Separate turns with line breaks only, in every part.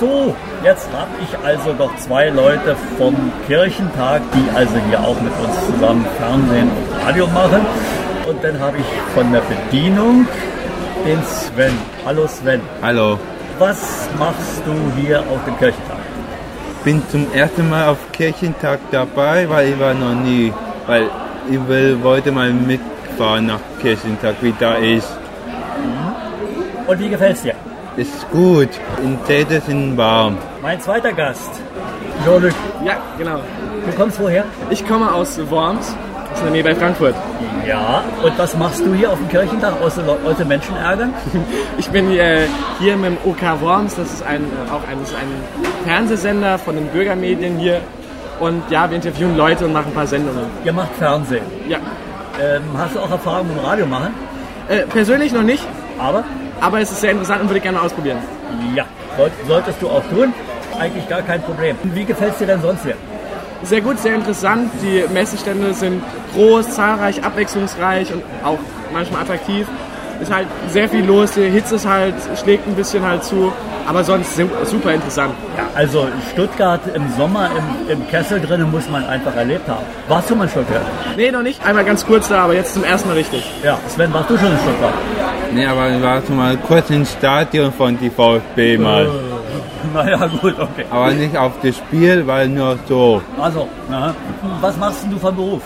So, jetzt habe ich also noch zwei Leute vom Kirchentag, die also hier auch mit uns zusammen Fernsehen und Radio machen. Und dann habe ich von der Bedienung den Sven. Hallo Sven,
Hallo,
was machst du hier auf dem Kirchentag?
bin zum ersten Mal auf Kirchentag dabei, weil ich war noch nie, weil ich will, wollte mal mitfahren nach Kirchentag, wie da ist.
Und wie gefällt's dir?
Ist gut, in Städte sind warm.
Mein zweiter Gast, Jean-Luc.
Ja, genau.
Du kommst woher?
Ich komme aus Worms, das ist in der Nähe bei Frankfurt.
Ja, und was machst du hier auf dem Kirchentag, außer Le- Leute Menschen ärgern?
Ich bin äh, hier mit dem OK Worms, das ist ein, äh, auch ein, das ist ein Fernsehsender von den Bürgermedien hier. Und ja, wir interviewen Leute und machen ein paar Sendungen.
Ihr macht Fernsehen.
Ja.
Ähm, hast du auch Erfahrung im Radio machen?
Äh, persönlich noch nicht,
Aber
aber es ist sehr interessant und würde ich gerne ausprobieren.
ja, soll- solltest du auch tun. Eigentlich gar kein Problem. Wie gefällt's dir denn sonst hier?
Sehr gut, sehr interessant. Die Messestände sind groß, zahlreich, abwechslungsreich und auch manchmal attraktiv. Ist halt sehr viel los, die Hitze ist halt, schlägt ein bisschen halt zu, aber sonst su- super interessant.
Ja, also Stuttgart im Sommer im, im Kessel drinnen muss man einfach erlebt haben. Warst du mal in Stuttgart?
Nee, noch nicht. Einmal ganz kurz da, aber jetzt zum ersten Mal richtig.
Ja, Sven, warst du schon in Stuttgart?
Ne, aber ich war schon mal kurz im Stadion von die VfB mal.
Naja, Äh, gut, okay.
Aber nicht auf das Spiel, weil nur so.
Also, aha. was machst denn du von Beruf?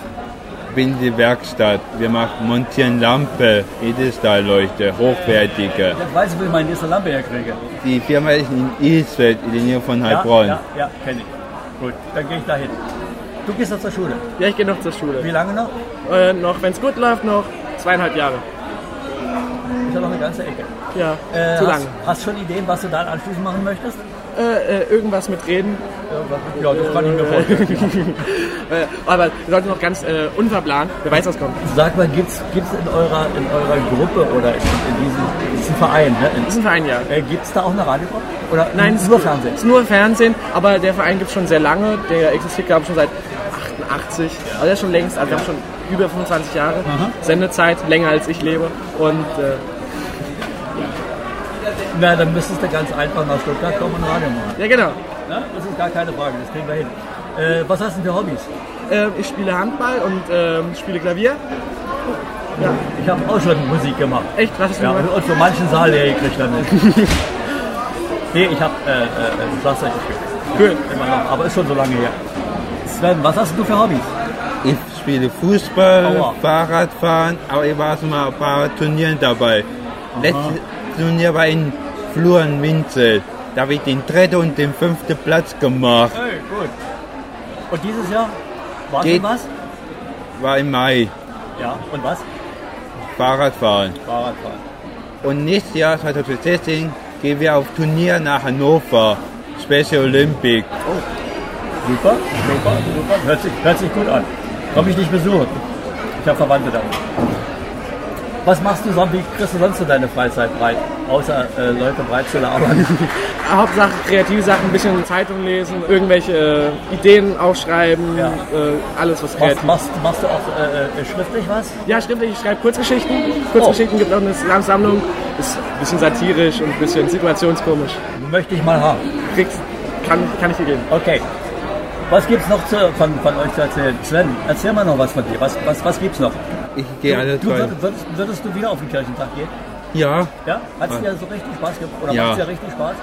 Bin die Werkstatt. Wir machen montieren Lampe, Edelstahlleuchte, hochwertige.
Ich weiß, wo ich meine nächste Lampe herkriege.
Die Firma ist in Isfeld, in der Nähe von Heilbronn.
Ja, ja, ja kenne ich. Gut, dann gehe ich dahin. Du gehst noch zur Schule.
Ja, ich gehe noch zur Schule.
Wie lange noch?
Äh, noch, wenn es gut läuft, noch zweieinhalb Jahre.
Ist ja noch eine ganze Ecke.
Ja,
Äh,
zu
hast,
lange.
Hast schon Ideen, was du da anschließend machen möchtest?
Äh, äh, irgendwas mit Reden.
Ja, das kann ich mir vorstellen.
Äh, aber wir sollten noch ganz äh, unverplant. Wer weiß, was kommt.
Sag mal, gibt's, gibt's in eurer in eurer Gruppe oder in, in diesem, in diesem Verein, ne?
Das
In,
ist ein Verein, ja.
äh, gibt's da auch eine Radiogruppe? Oder
Nein,
nur
es-
Fernsehen?
Es ist nur Fernsehen, aber der Verein gibt es schon sehr lange. Der existiert, glaube ich, schon seit 88. Also der ist schon längst, also wir haben schon über 25 Jahre Sendezeit, länger als ich lebe. Und äh,
Na, dann müsstest du ganz einfach nach Stuttgart kommen und Radio machen.
ja, genau.
Ne? Das ist gar keine Frage, das kriegen wir hin. Äh, was hast du denn für Hobbys?
Äh, ich spiele Handball und äh, spiele Klavier. Ja,
Ich habe auch schon Musik gemacht.
echt, was hast du
Ja,
gemacht?
und so manchen Saal leer gekriegt damit. nee, ich habe äh, äh, Schlagzeug gespielt.
Cool.
Immer noch, aber ist schon so lange her. Sven, was hast du für Hobbys?
Ich spiele Fußball,
Aua.
Fahrradfahren, aber ich war schon mal ein paar Turnieren dabei. Letztes Turnier war in Fluren Winzel. Da habe ich den dritten und den fünften Platz gemacht.
Hey, gut. Und dieses Jahr? War
Geht-
schon was?
War im Mai.
Ja, und was?
Fahrradfahren.
Fahrradfahren.
Und nächstes Jahr, 2016, gehen wir auf Turnier nach Hannover. Special Olympic.
Super, super, super. Hört sich, hört sich gut an. Komm ich dich besuchen. Ich habe Verwandte da. Was machst du sonst? Wie kriegst du sonst so deine Freizeit breit? Außer äh, Leute breit zu labern.
Hauptsache kreative Sachen, ein bisschen Zeitung lesen, irgendwelche äh, Ideen aufschreiben,
Ja.
äh, alles was
Was,
kreativ.
machst, machst du auch äh, äh, schriftlich was?
Ja, schriftlich, ich schreibe Kurzgeschichten.
Oh.
Kurzgeschichten gibt auch eine Sammlung. Ist ein bisschen satirisch und ein bisschen situationskomisch.
Möchte ich mal haben.
Kriegst, kann, kann ich dir geben.
Okay. Was gibt's noch zu, von, von euch zu erzählen? Sven, erzähl mal noch was von dir. Was, was, was gibt's noch?
Ich gehe alle
du,
drei.
würd- würdest, würdest du wieder auf den Kirchentag gehen?
Ja,
Ja? Hat's dir so richtig Spaß gemacht? Oder
Ja.
macht's dir richtig Spaß?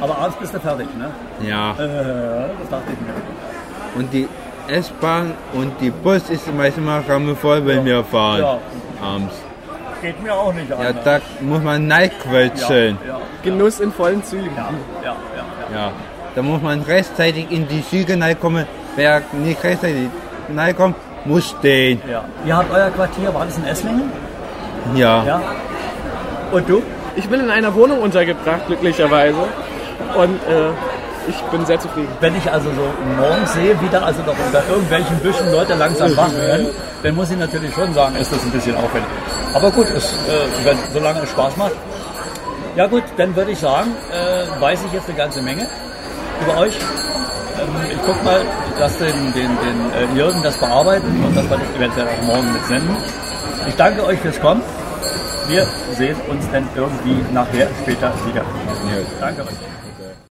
Aber abends bist du fertig, ne?
ja.
Äh, das dachte ich mir.
Und die S-Bahn und die Bus ist meistens mal rammelvoll, wenn wir fahren.
Ja.
Abends.
Geht mir auch nicht an.
Ja,
ne?
da muss man neidquetschen.
ja,
Genuss in vollen Zügen.
ja, ja, ja.
Ja. Da muss man rechtzeitig in die Züge reinkommen. Wer nicht rechtzeitig reinkommt, muss stehen.
ja. Ihr habt euer Quartier, war das in Esslingen?
Ja.
Ja. Und du?
Ich bin in einer Wohnung untergebracht, glücklicherweise. Und äh, ich bin sehr zufrieden.
Wenn ich also so morgens sehe, wie da also noch unter irgendwelchen Büschen Leute langsam wach werden, dann muss ich natürlich schon sagen, ist das ein bisschen aufwendig. Aber gut, es, äh, wenn, solange es Spaß macht. Ja gut, dann würde ich sagen, äh, weiß ich jetzt eine ganze Menge über euch. Ähm, ich guck mal, dass den, den, den äh, Jürgen das bearbeiten und dass wir das eventuell auch morgen mitsenden. Ich danke euch fürs Kommen. Wir sehen uns dann irgendwie nachher später wieder. Danke euch.